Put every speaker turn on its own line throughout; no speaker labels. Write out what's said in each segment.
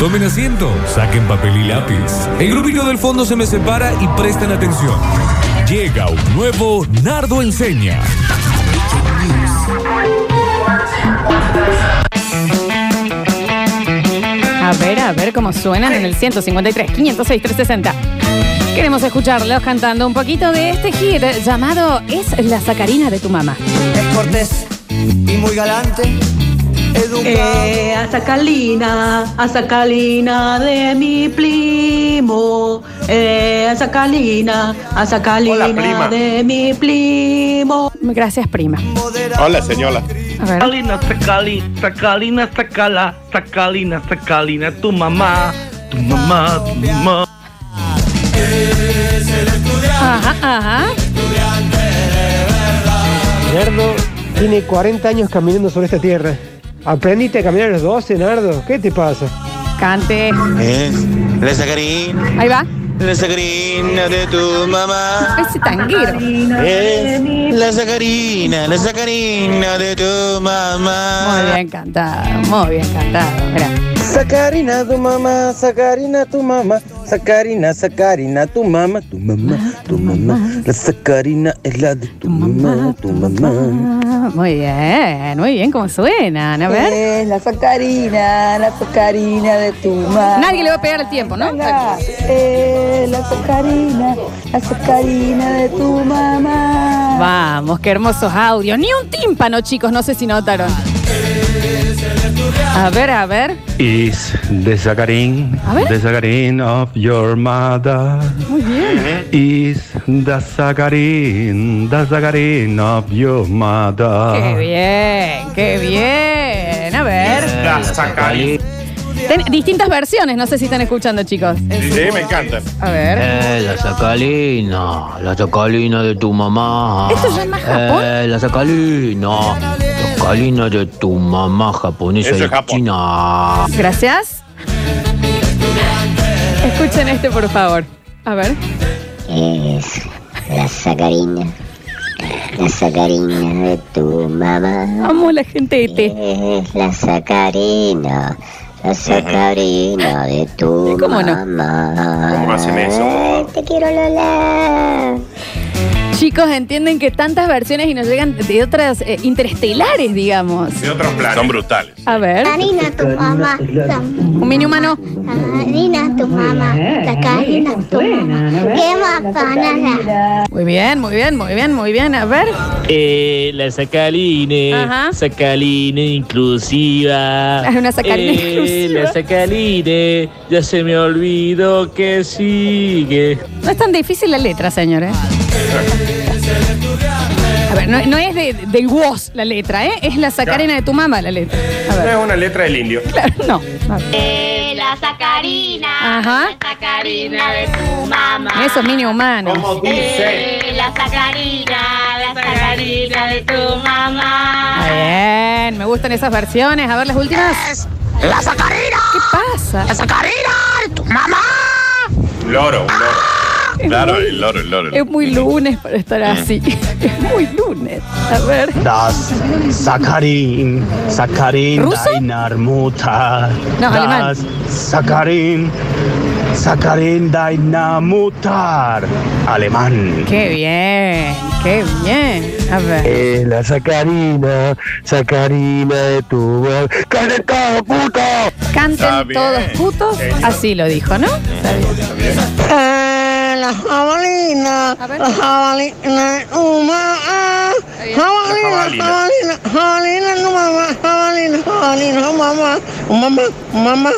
Tomen asiento, saquen papel y lápiz. El grupillo del fondo se me separa y presten atención. Llega un nuevo Nardo Enseña.
A ver, a ver cómo suenan en el 153, 506, 360. Queremos escucharlos cantando un poquito de este hit llamado Es la sacarina de tu mamá.
Es cortés y muy galante, educado.
Eh, a Sacalina, a Sacalina de mi primo. Eh, a Sacalina, a
Hola,
Sacalina
prima.
de mi primo.
Gracias, prima.
moderado,
Hola, señora.
A ver.
Sacalina, sacali, sacalina, sacala, sacalina, sacalina, tu mamá, tu mamá, tu mamá.
Ajá, ajá.
Nardo tiene 40 años caminando sobre esta tierra. Aprendiste a caminar a los 12, Nardo. ¿Qué te pasa?
Cante.
Es la sacarina,
Ahí va.
la sacarina de tu mamá.
Ese tanguero.
Sacalina de
Es
mi
la sacarina, la sacarina de tu mamá.
Muy bien cantado, muy bien cantado. Mirá.
Sacarina tu mamá, Sacarina tu mamá, Sacarina, Sacarina tu mamá, tu mamá, tu mamá. La Sacarina es la de tu mamá, tu mamá.
Ah, Muy bien, muy bien, cómo suenan. A ver.
Es la sacarina, la sacarina de tu mamá.
Nadie le va a pegar el tiempo, ¿no?
Es la sacarina, la sacarina de tu mamá.
Vamos, qué hermosos audios. Ni un tímpano, chicos, no sé si notaron. A ver, a ver.
Is the sacarín,
A ver.
the sacarín of your mother.
Muy bien.
Is the sacarín, the sacarín of your mother.
Qué bien, qué bien. A ver. Ten- distintas versiones, no sé si están escuchando, chicos.
Sí, me encanta.
A ver.
Es la sacarina, la sacarina de tu mamá. Eh,
¿Esto ya es más Japón?
Es la sacarina, la sacarina de tu mamá japonesa
Eso es
de
Japón.
China.
Gracias. Escuchen este, por favor. A ver.
Es la sacarina, la sacarina de tu mamá.
Amo a la gente de té.
Es la sacarina, la sacarina de tu
¿Cómo no?
mamá.
¿Cómo hacen eso?
Te quiero Lola.
Chicos, entienden que tantas versiones y nos llegan de otras eh, interestelares, digamos.
De otros planes. Son brutales.
A ver,
Sacarina tu mamá,
un mini humano.
sacarina tu mamá, sacarina tu mamá. Qué mapanada.
Muy bien, muy bien, muy bien, muy bien. A ver.
Eh, la sacalina,
Ajá.
sacalina inclusiva. Eh,
Es una sacalina inclusiva.
La sacalina, ya se me olvidó que sigue.
No es tan difícil la letra, señores. A ver, no, no es de, del WOS la letra, ¿eh? Es la sacarena de tu mamá la letra. A
No
ver,
es una letra del indio.
claro, no. A ver.
Eh, La sacarina,
Ajá.
sacarina de tu mamá. Eh,
Eso es mini humano.
Como dice.
La sacarina, la sacarina de tu mamá.
Está Bien, me gustan esas versiones. A ver las últimas.
La sacarina,
¿Qué pasa?
sacarina de tu mamá. Ah.
Loro, un loro. Claro, el loro, el loro. Mm.
Es muy lunes para estar así. Es muy lunes. A ver.
Das Sakarin, Sakarin,
¿Ruso?
Dainarmuta.
No, alemán.
Sakarin, Sakarin, Dainamutar. Alemán.
Qué bien, qué bien. A ver.
Es Eh, la sacarina, sacarina de tu mamá. ¡Calentado, puto!
Está
Canten
bien.
todos putos.
Eso.
Así lo dijo, ¿no? Está bien.
La jabalina,
A ver.
la jabalina de tu mamá.
jabalina.
Jabalina, jabalina, jabalina de ah. tu mamá. Jabalina, jabalina, mamá. Mamá, mamá.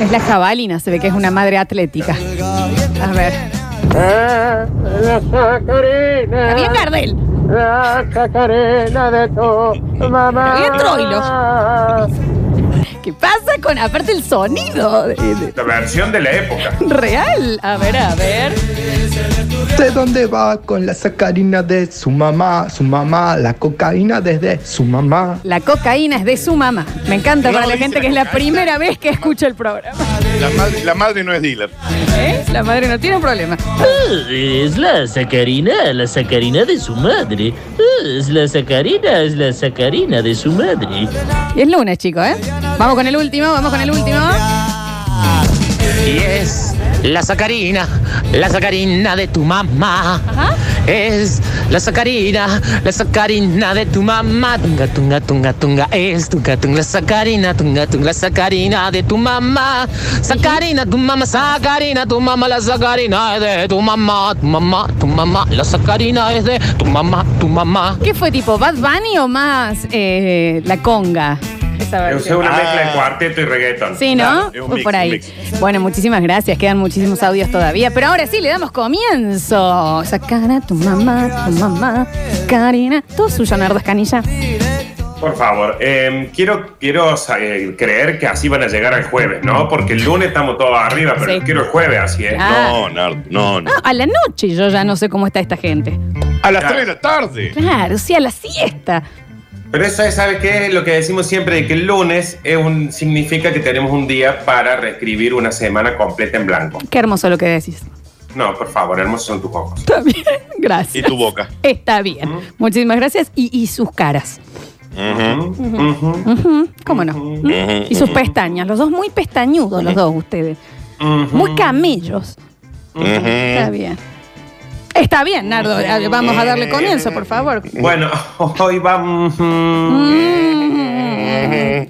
Es la jabalina, se ve que es una madre atlética. A ver.
Eh, La
Está
sacarina,
bien, Gardel.
la sacarina de tu mamá.
Está bien, ¿Qué pasa con, aparte, el sonido de- de-
La versión de la época.
real? A ver, a ver.
¿De dónde va con la sacarina de su mamá? Su mamá, la cocaína desde su mamá.
La cocaína es de su mamá. Me encanta
No,
para la
dice
gente
la
que es la
cocaína.
primera vez que escucha el programa.
La madre, la madre no es dealer.
¿Eh? La madre no tiene un problema.
Ah, Es la sacarina, la sacarina de su madre. Ah, Es la sacarina, es la sacarina de su madre.
Y es lunes, chicos, ¿eh? Vamos con el último, vamos con el último.
Y es la sacarina, la sacarina de tu mamá. Es la sacarina, la sacarina de tu mamá. Tunga, tunga, tunga, tunga. Es tunga, tunga, la sacarina, tunga, tunga, la sacarina de tu mamá. Sacarina, tu mamá, sacarina, tu mamá, la sacarina es de tu mamá, tu mamá, tu mamá. La sacarina es de tu mamá, tu mamá.
¿Qué fue tipo Bad Bunny o más eh, la conga? Esa
Es
versión.
una mezcla de cuarteto y reggaeton.
Sí, ¿no?
Ah. Es un
Fue
mix,
por
un
ahí.
mix.
Bueno, muchísimas gracias. Quedan muchísimos audios todavía. Pero ahora sí, le damos comienzo. Sacara tu mamá, tu mamá, Karina. Todo suyo, Nardo Escanilla.
Por favor, eh, quiero, quiero eh, creer que así van a llegar al jueves, ¿no? Porque el lunes estamos todos arriba, pero
Sí. Ah,
quiero el jueves, así es.
Claro.
Eh, No, Nardo, no,
No, Ah, a la noche yo ya no sé cómo está esta gente.
A las 3 de la tarde.
Claro, sí, a la siesta.
Pero eso es, ¿sabes qué? Lo que decimos siempre de que el lunes es un, significa que tenemos un día para reescribir una semana completa en blanco.
Qué hermoso lo que decís.
No, por favor, hermosos son tus ojos.
Está bien. Gracias.
boca.
Está bien. Muchísimas gracias. Y, y sus caras. Ujú. Ujú. ¿Cómo no? ¿Mm? Y sus pestañas. Los dos muy pestañudos, los dos ustedes. Muy camellos.
Eh.
Está bien. Está bien, Nardo. Ah, Vamos a darle comienzo, por favor. Mm.
Bueno, hoy vamos.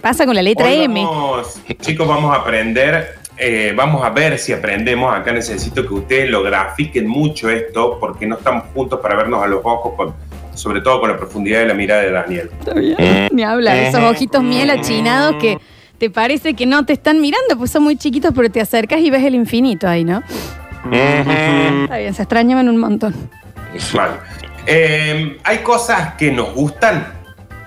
Pasa con la letra
Hoy
M.
vamos- chicos, vamos a aprender, eh, vamos a ver si aprendemos. Acá necesito que ustedes lo grafiquen mucho esto, porque no estamos juntos para vernos a los ojos, con- sobre todo con la profundidad de la mirada de Daniel.
Ni hablar. Esos ojitos miel achinados que te parece que no te están mirando, pues son muy chiquitos, pero te acercas y ves el infinito ahí, ¿no? Está bien, se extrañaban un montón.
Vale. Eh, hay cosas que nos gustan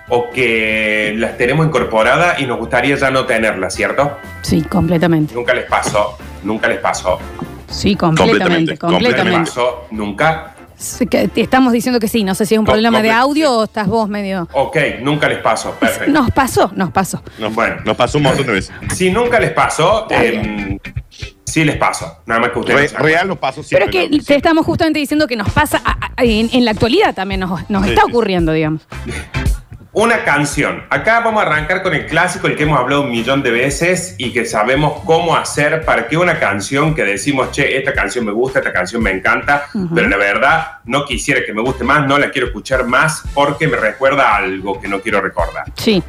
o que las tenemos incorporadas y nos gustaría ya no tenerlas, ¿cierto?
Sí, completamente.
Nunca les pasó, nunca les pasó.
Sí, completamente,
Nunca les
completamente.
pasó, nunca.
Sí, que Te estamos diciendo que sí, no sé si es un
Com-
problema de
comple-
audio o estás vos medio...
Ok, nunca les pasó. Perfecto.
Nos pasó, nos pasó.
Nos, bueno, nos pasó un montón de veces. Si nunca les pasó, eh, sí les pasó. Nada más que ustedes.
Re- real
nos pasó
Pero es que te estamos justamente diciendo que nos pasa a- a- en, en la actualidad también, nos, nos
Sí,
está
sí.
ocurriendo, digamos.
Una canción. Acá vamos a arrancar con el clásico, el que hemos hablado un millón de veces y que sabemos cómo hacer para que una canción que decimos, che, esta canción me gusta, esta canción me encanta,
Ujú.
pero la verdad no quisiera que me guste más, no la quiero escuchar más porque me recuerda a algo que no quiero recordar.
Sí.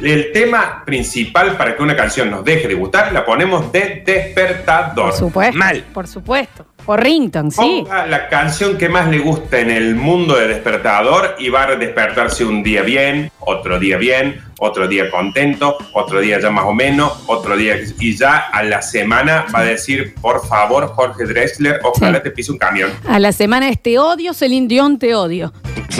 El tema principal para que una canción nos deje de gustar la ponemos de despertador.
Por supuesto.
Mal.
Por supuesto. Por Rington, sí.
Ponga la canción que más le gusta en el mundo de despertador y va a despertarse un día bien, otro día bien, otro día contento, otro día ya más o menos, otro día y ya a la semana va a decir, por favor, Jorge Drexler, ojalá te pise un camión.
A la semana este odio, Celine Dion te odio.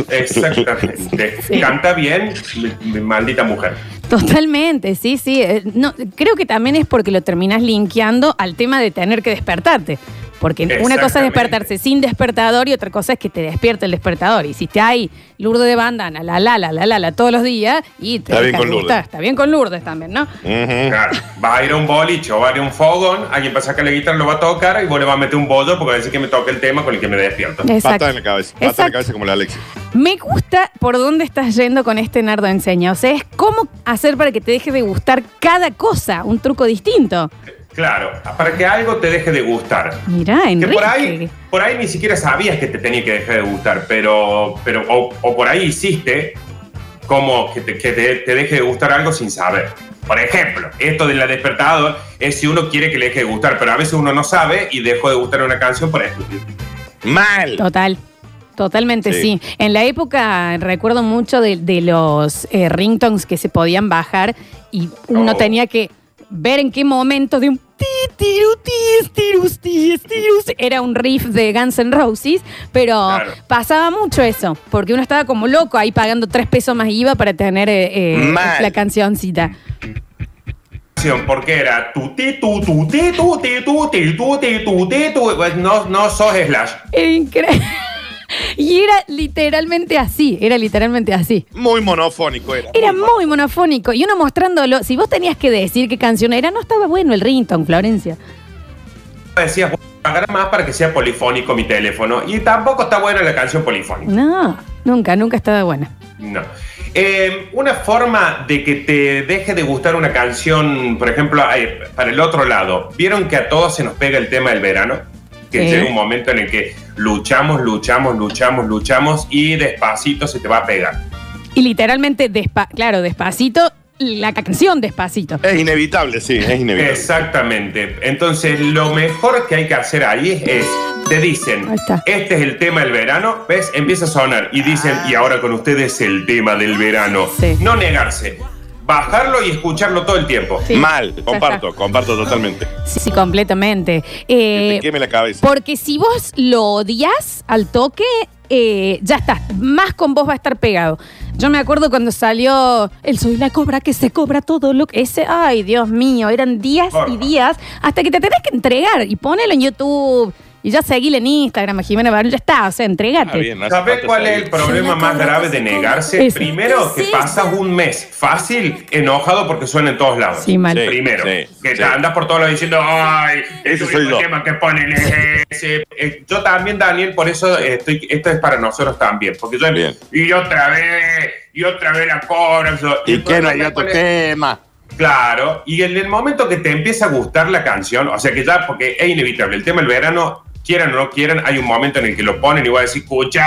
Exactamente. Canta bien, mi- mi maldita mujer.
Totalmente, sí, sí. Eh, No, creo que también es porque lo terminás linkeando al tema de tener que despertarte. Porque una cosa es
Exactamente.
despertarse sin despertador y otra cosa es que te despierte el despertador. Y si te hay Lourdes de bandana, la la la la la la todos los días y te
Está bien
dejas
con
de
Lourdes.
gustar. Está bien con Lourdes también, ¿no?
Claro, vas a ir a un boliche o vas a ir a un fogón, alguien pasa que la guitarra lo va a tocar y vos le vas a meter un bollo porque va a decir que me toque el tema con el que me despierto.
Exacto. Patada en la
cabeza,
patada en la Exacto.
cabeza como la Alexis.
Me gusta por dónde estás yendo con este Nardo Enseña. O sea, es cómo hacer para que te deje de gustar cada cosa, un truco distinto.
Claro, para que algo te deje de gustar.
Mirá,
Que
Enrique.
por ahí, por ahí ni siquiera sabías que te tenía que dejar de gustar, pero, pero o, o por ahí hiciste como que, te, que te- te deje de gustar algo sin saber. Por ejemplo, esto de la despertador es si uno quiere que le deje de gustar, pero a veces uno no sabe y dejó de gustar una canción por estúpido. Mal.
Total. Totalmente sí.
Sí.
En la época recuerdo mucho de, de los eh, ringtones que se podían bajar y uno
Oh.
tenía que ver en qué momento de un ti, tiru, tis, tirus, tis, tirus, era un riff de Guns N' Roses, pero pasaba mucho eso, porque uno estaba como loco ahí pagando tres pesos más IVA para tener eh, eh,
Mal.
la cancioncita.
Porque era tu ti, tu, tu, ti, tu, ti, tu, ti, tu, ti, tu, ti, tu. Pues No, no sos Slash.
Era increíble. Y era literalmente así, era literalmente así.
Muy monofónico era.
Era muy monofónico y uno mostrándolo. Si vos tenías que decir qué canción era, no estaba bueno el ringtone, Florencia.
decías, "Voy a pagar más para que sea polifónico mi teléfono. Y tampoco está buena la canción polifónica.
No, nunca, nunca estaba buena.
No. Eh, una forma de que te deje de gustar una canción, por ejemplo, eh, para el otro lado, ¿vieron que a todos se nos pega el tema del verano? Que
Sí.
llega un momento en el que luchamos, luchamos, luchamos, luchamos y despacito se te va a pegar.
Y literalmente, despa- claro, despacito, la canción despacito.
Es inevitable, sí, es inevitable.
Exactamente. Entonces, lo mejor que hay que hacer ahí es, te dicen, este es el tema del verano, ¿ves? Empieza a sonar y dicen, y
Ah.
ahora con ustedes el tema del verano. No negarse, bajarlo y escucharlo todo el tiempo.
Sí. Mal, Ya comparto,
comparto totalmente.
Sí, sí, completamente. Eh,
Queme la cabeza.
porque si vos lo odias al toque, eh, ya está. Más con vos va a estar pegado. Yo me acuerdo cuando salió el Soy la Cobra, que se cobra todo lo que ese. Ay, Dios mío, eran días y días hasta que te tenés que entregar y ponelo en YouTube. Y ya seguile en Instagram a Jimena Barón, ya está, o sea, entregate.
Ah,
¿Sabes cuál es el problema más grave de negarse?
Ese.
Primero, que pasas un mes fácil, enojado porque suena en todos lados.
Sí, mal. Sí,
Primero, que te andas por todos lados diciendo, ay, este ese
soy yo".
tema que ponen es ese. Eh, Yo también, Daniel, por eso estoy, esto es para nosotros también. Porque yo, y otra vez, y otra vez la cobra. yo-
Y que no
entonces,
hay otro
¿cuál es?
tema.
Claro, y en el momento que te empieza a gustar la canción, o sea que ya, porque es inevitable, el tema del verano, quieran o no quieran, hay un momento en el que lo ponen y voy a decir, escucha.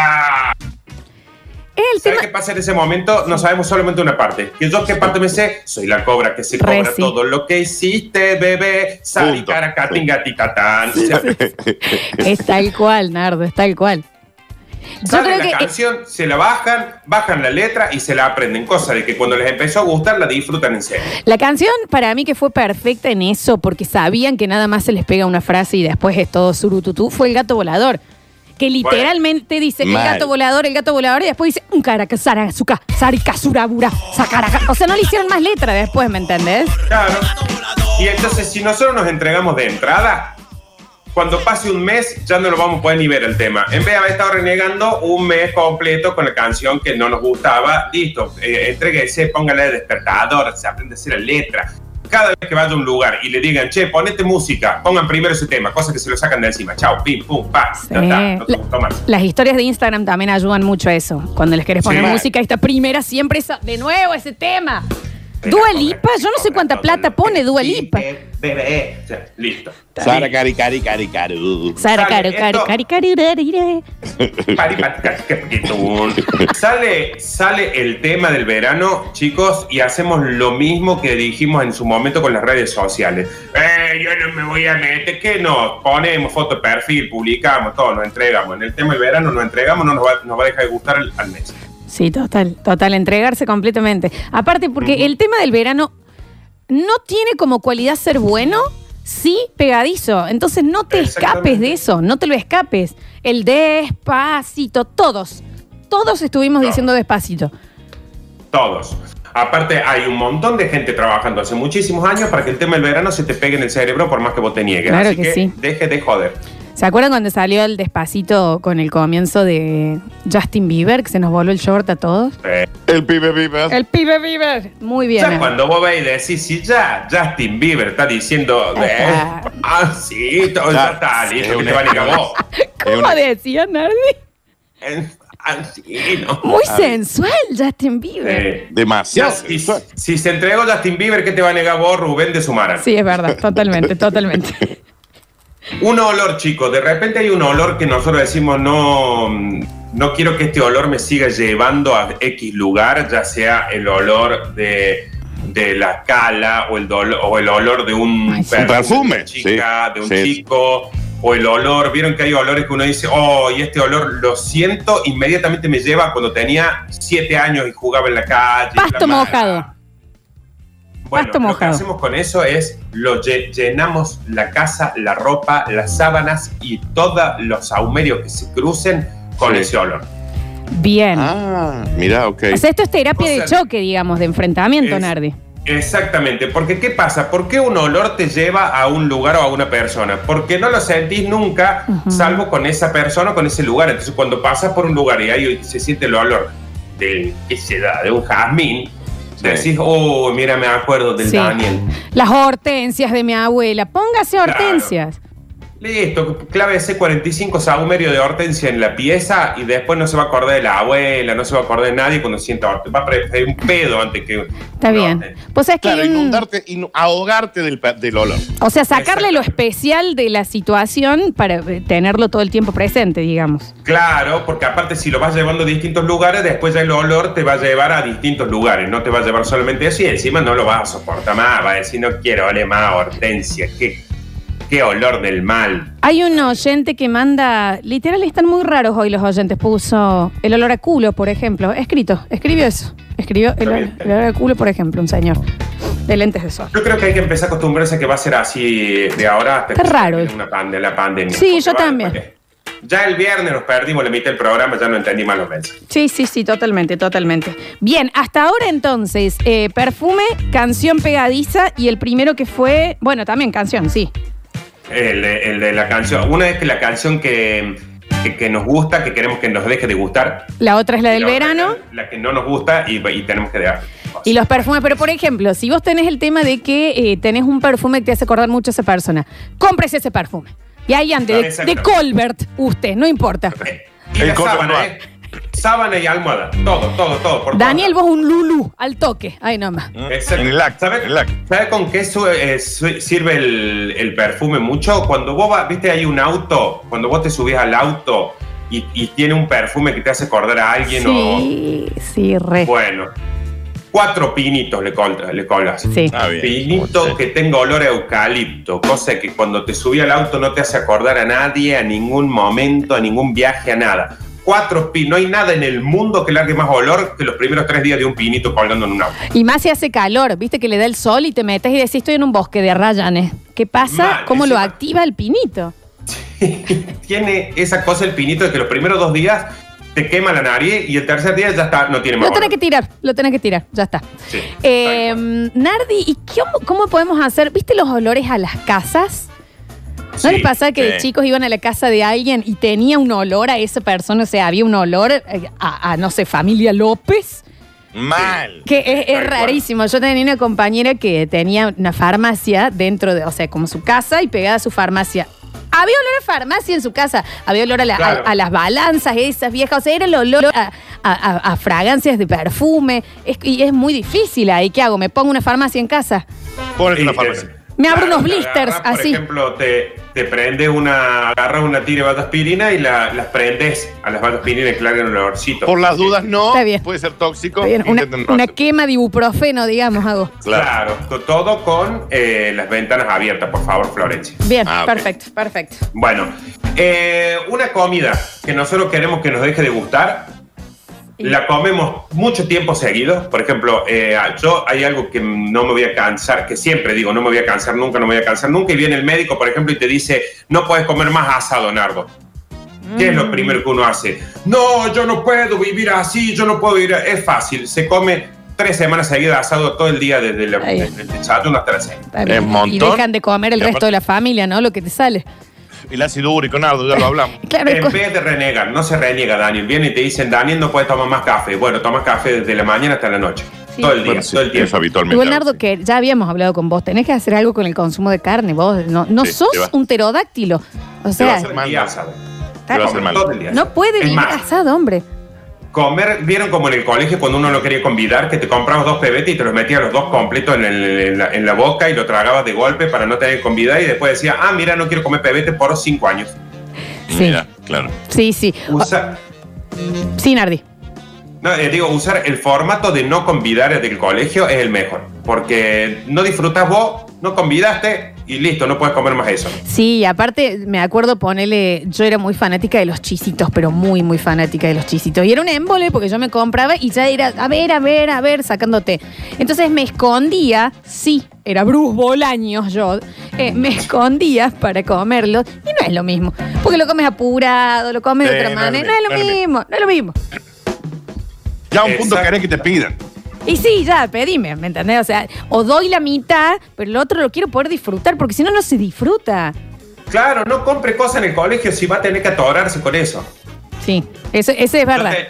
El
¿Sabes qué pasa en ese momento? No sabemos solamente una parte. Que yo qué parte me sé, soy la cobra que se cobra
Reci.
todo lo que hiciste, bebé. Sali, cara, catin, gatitatán. O sea,
Es tal cual, Nardo, es tal cual. Yo
saben
creo
la
que eh,
canción, se la bajan, bajan la letra y se la aprenden. Cosa de que cuando les empezó a gustar, la disfrutan en serio.
La canción para mí que fue perfecta en eso, porque sabían que nada más se les pega una frase y después es todo surututú, fue el gato volador. Que literalmente dice que
Mal.
el gato volador, el gato volador, y después dice un cara sarazuka, sarikasurabura, sakaraja. O sea, no le hicieron más letra después, ¿me entendés?
Claro. Y entonces, si nosotros nos entregamos de entrada, cuando pase un mes ya no lo vamos a poder ni ver el tema. En vez de haber estado renegando un mes completo con la canción que no nos gustaba, listo, eh, entréguese, póngale el despertador, se aprende a hacer la letra. Cada vez que vaya a un lugar y le digan, che, ponete música, pongan primero ese tema, cosa que se lo sacan de encima. Chao, pim, pum, pa, ya está, no te
Eh, La-
gustó más.
Las historias de Instagram también ayudan mucho a eso. Cuando les querés poner
Sí.
música, esta primera siempre es de nuevo ese tema. Dua Lipa, yo no sé cuánta plata pone Dua Lipa.
Bebé, o sea, listo.
Sara, cari, cari, cari, caru.
Sara, caro, caro, cari, cari, cari, cari.
Pari, pati, cati, cati, tum. sale, sale el tema del verano, chicos, y hacemos lo mismo que dijimos en su momento con las redes sociales. Eh, yo no me voy a meter, que no, ponemos foto de perfil, publicamos, todo, nos entregamos. En el tema del verano nos entregamos, no nos va, nos va a dejar de gustar al, al mes.
Sí, total, total, entregarse completamente. Aparte, porque el tema del verano no tiene como cualidad ser bueno, sí pegadizo. Entonces no te escapes de eso, no te lo escapes. El despacito, todos, todos estuvimos diciendo despacito.
Todos. Aparte, hay un montón de gente trabajando hace muchísimos años para que el tema del verano se te pegue en el cerebro por más que vos te niegues.
Claro
Así
que
que,
sí.
deje de joder.
¿Se acuerdan cuando salió el despacito con el comienzo de Justin Bieber, que se nos voló el short a todos?
Eh,
El pibe, pibe.
El pibe Bieber, muy bien.
Ya cuando vos veis y decís, sí, ya Justin Bieber está diciendo, eh, ah, sí, todo ya está, listo, que te van a ir a vos.
¿Cómo decía Nardi?
Ah, sí, no.
Muy sensual Justin Bieber.
Demasiado. Si, Eh, si se entregó Justin Bieber, ¿qué te va a negar vos, Rubén de Sumara?
Sí, es verdad, totalmente, totalmente.
Un olor, chicos. De repente hay un olor que nosotros decimos, no, mm, no quiero que este olor me siga llevando a X lugar, ya sea el olor de, de la cala o el, dolo- o el olor de un
Ay, sí.
perfume, de una
Perfume,
chica,
sí,
de un
sí.
chico. O el olor, vieron que hay olores que uno dice, oh, y este olor lo siento, inmediatamente me lleva a cuando tenía siete años y jugaba en la calle.
Pasto
la ma-
mojado.
bueno,
Pasto
lo que
mojado.
hacemos con eso es lo lle- llenamos la casa, la ropa, las sábanas y todos los saumerios que se crucen con ese olor.
Bien.
Ah, Mirá, ok.
O sea, esto es terapia de choque, digamos, de enfrentamiento,
es-
Nardi.
Exactamente, porque ¿qué pasa? ¿Por qué un olor te lleva a un lugar o a una persona? Porque no lo sentís nunca, salvo con esa persona o con ese lugar. Entonces, cuando pasas por un lugar y ahí se siente el olor de, ¿qué será? De un jazmín, decís, oh, mira, me acuerdo del
Sí.
Daniel.
Las hortensias de mi abuela. Póngase hortensias.
Listo, clave C45 saumerio de hortensia en la pieza y después no se va a acordar de la abuela, no se va a acordar de nadie cuando sienta hortensia. Va a preferir un pedo antes que.
Está
eh,
bien. Pues es que
Claro,
hay un-
inundarte, inu- ahogarte del, pa- del olor.
O sea, sacarle lo especial de la situación para eh, tenerlo todo el tiempo presente, digamos.
Claro, porque aparte si lo vas llevando a distintos lugares, después ya el olor te va a llevar a distintos lugares, no te va a llevar solamente eso y encima no lo vas a soportar más, va a decir no quiero oler más hortensia, qué, qué olor del mal.
Hay un oyente que manda, literal están muy raros hoy los oyentes, puso el olor a culo, por ejemplo, escrito, escribió eso, escribió el, olor- el olor a culo, por ejemplo, un señor de lentes de sol.
Yo creo que hay que empezar a acostumbrarse que va a ser así de ahora hasta
Qué
que
raro.
termine una pande- la pandemia.
Sí,
Porque
yo
va-
también.
Ya el viernes nos perdimos la mitad del programa, ya no entendí más los mensajes.
Sí, sí, sí, totalmente, totalmente. Bien, hasta ahora entonces, eh, perfume, canción pegadiza y el primero que fue, bueno, también canción, sí.
El, de- el de la canción, una es que la canción que, que, que nos gusta, que queremos que nos deje de gustar,
La otra es la del
La otra
verano
la que no nos gusta y, y tenemos que dejar.
y los perfumes, pero por ejemplo, si vos tenés el tema de que eh, tenés un perfume que te hace acordar mucho a esa persona, cómprese ese perfume. Y ahí antes, de,
Exacto.
de Colbert, usted, no importa.
Eh, Y la sábana, ¿eh? Sábana y almohada. Todo, todo, todo. Por
Daniel, vos un Lulu, al toque, ahí nomás.
Exacto. ¿Sabe- sabe con qué su- eh, su- sirve el, el perfume mucho? Cuando vos vas, viste, hay un auto, cuando vos te subís al auto y, y tiene un perfume que te hace acordar a alguien
Sí, sí,
o.
re.
Bueno. Cuatro pinitos le, col- le colgas.
Sí. Está
Pinito que tenga olor a eucalipto, cosa que cuando te subí al auto no te hace acordar a nadie, a ningún momento, a ningún viaje, a nada. Cuatro pin, no hay nada en el mundo que largue más olor que los primeros tres días de un pinito colgando en un auto.
Y más si hace calor, viste que le da el sol y te metes y decís, estoy en un bosque de rayanes. ¿Qué pasa?
Mal,
¿Cómo lo
encima-
activa el pinito?
tiene esa cosa el pinito de que los primeros dos días te quema la nariz y el tercer día ya está, no tiene más.
Lo tenés
olor.
que tirar, lo tenés que tirar, ya está.
Sí.
Eh, Nardi, ¿y cómo, cómo podemos hacer? ¿Viste los olores a las casas? ¿No
Sí,
les pasa que
sí.
de chicos iban a la casa de alguien y tenía un olor a esa persona? O sea, había un olor eh, a, a, no sé, familia López.
Mal.
Que es, es
Tal cual.
rarísimo. Yo tenía una compañera que tenía una farmacia dentro de, o sea, como su casa y pegada a su farmacia. Había olor a farmacia en su casa, había olor a, la- a-
Claro.
a las balanzas esas viejas, o sea, era el olor a, a- a- a fragancias de perfume. Es, y es muy difícil ahí. ¿Qué hago? ¿Me pongo una farmacia en casa?
Ponete una
Sí, te-
Me abro
claro,
unos
te
blisters,
agarras,
así.
Por ejemplo, te, te prende una, agarras una tira de aspirina y la- las prendes a las aspirina y claro, el olorcito.
Por las dudas, no.
Está bien.
Puede ser tóxico.
Está bien, Una,
Intenten no
una
hacer.
quema de ibuprofeno, digamos, hago.
Claro, to- todo con eh, las ventanas abiertas, por favor, Florencia.
Bien,
Ah, ok.
perfecto, perfecto.
Bueno, eh, una comida que nosotros queremos que nos deje de gustar, la comemos mucho tiempo seguido. Por ejemplo, eh, yo hay algo que no me voy a cansar, que siempre digo, no me voy a cansar nunca, no me voy a cansar nunca. Y viene el médico, por ejemplo, y te dice, no puedes comer más asado, Nardo. ¿Qué es
Mm.
lo primero que uno hace? No, yo no puedo vivir así, yo no puedo vivir. Es fácil, se come tres semanas seguidas asado todo el día desde la,
Está bien.
desde el desayuno hasta la cena.
Está bien. Y dejan de comer el
Y
resto
aparte-
de la familia, ¿no? Lo que te sale.
El ácido úrico, Nardo, ya lo hablamos.
Claro, el co-
en vez de renegar, no se reniega, Daniel. Viene y te dicen, Daniel, no puedes tomar más café. Bueno, tomas café desde la mañana hasta la noche.
Sí.
Todo el día,
Bueno,
todo el tiempo.
Igual, Nardo, que ya habíamos hablado con vos, tenés que hacer algo con el consumo de carne. Vos no, no
Sí,
sos
te va-
un pterodáctilo. O
Te va a
sea,
hacer mal, ya sabes.
Te va a hacer
Come
mal.
todo el día.
no puede
Es
vivir
más,
asado, hombre.
comer, vieron como en el colegio cuando uno lo quería convidar, que te comprabas dos pebetes y te los metías los dos completos en, el- en la, en la boca y lo tragabas de golpe para no tener que convidar y después decía, ah, mira, no quiero comer pebete por cinco años.
Sí.
claro.
Sí, sí. Sí, Nardi.
No, eh, digo, usar el formato de no convidar del colegio es el mejor. Porque no disfrutas vos, no convidaste y listo, no puedes comer más eso.
Sí, y aparte, me acuerdo ponele, yo era muy fanática de los chisitos, pero muy, muy fanática de los chisitos. Y era un émbole porque yo me compraba y ya era, a ver, a ver, a ver, sacándote. Entonces me escondía, sí, era Bruce Bolaños yo, eh, me escondía para comerlo y no es lo mismo. Porque lo comes apurado, lo comes de
Sí,
otra
no es lo
manera, no es lo mismo, no es lo mismo.
Ya a un punto querés que te pidan.
Y sí, ya, pedime, ¿me entendés? O sea, o doy la mitad, pero el otro lo quiero poder disfrutar porque si no, no se disfruta.
Claro, no compre cosas en el colegio si va a tener que atorarse con eso.
Sí, eso, eso es verdad.
Yo, te-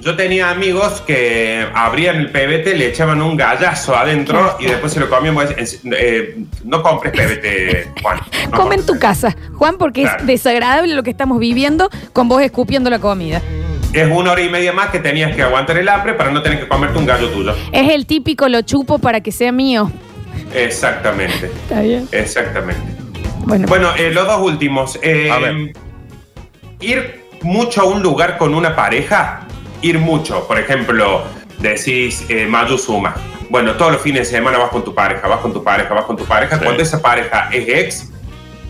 Yo tenía amigos que abrían el pebete, le echaban un gallazo adentro y después se lo comían. Pues, en- eh, no compres pebete, Juan. No
Come en tu casa, Juan, porque
Claro.
es desagradable lo que estamos viviendo con vos escupiendo la comida.
Es una hora y media más que tenías que aguantar el hambre para no tener que comerte un gallo tuyo.
Es el típico lo chupo para que sea mío.
Exactamente.
Está bien.
Exactamente.
Bueno,
eh, los dos últimos. Eh, Ir mucho a un lugar con una pareja, ir mucho. Por ejemplo, decís eh, Mayu Suma. Bueno, todos los fines de semana vas con tu pareja, vas con tu pareja, vas con tu pareja. Cuando esa pareja es ex,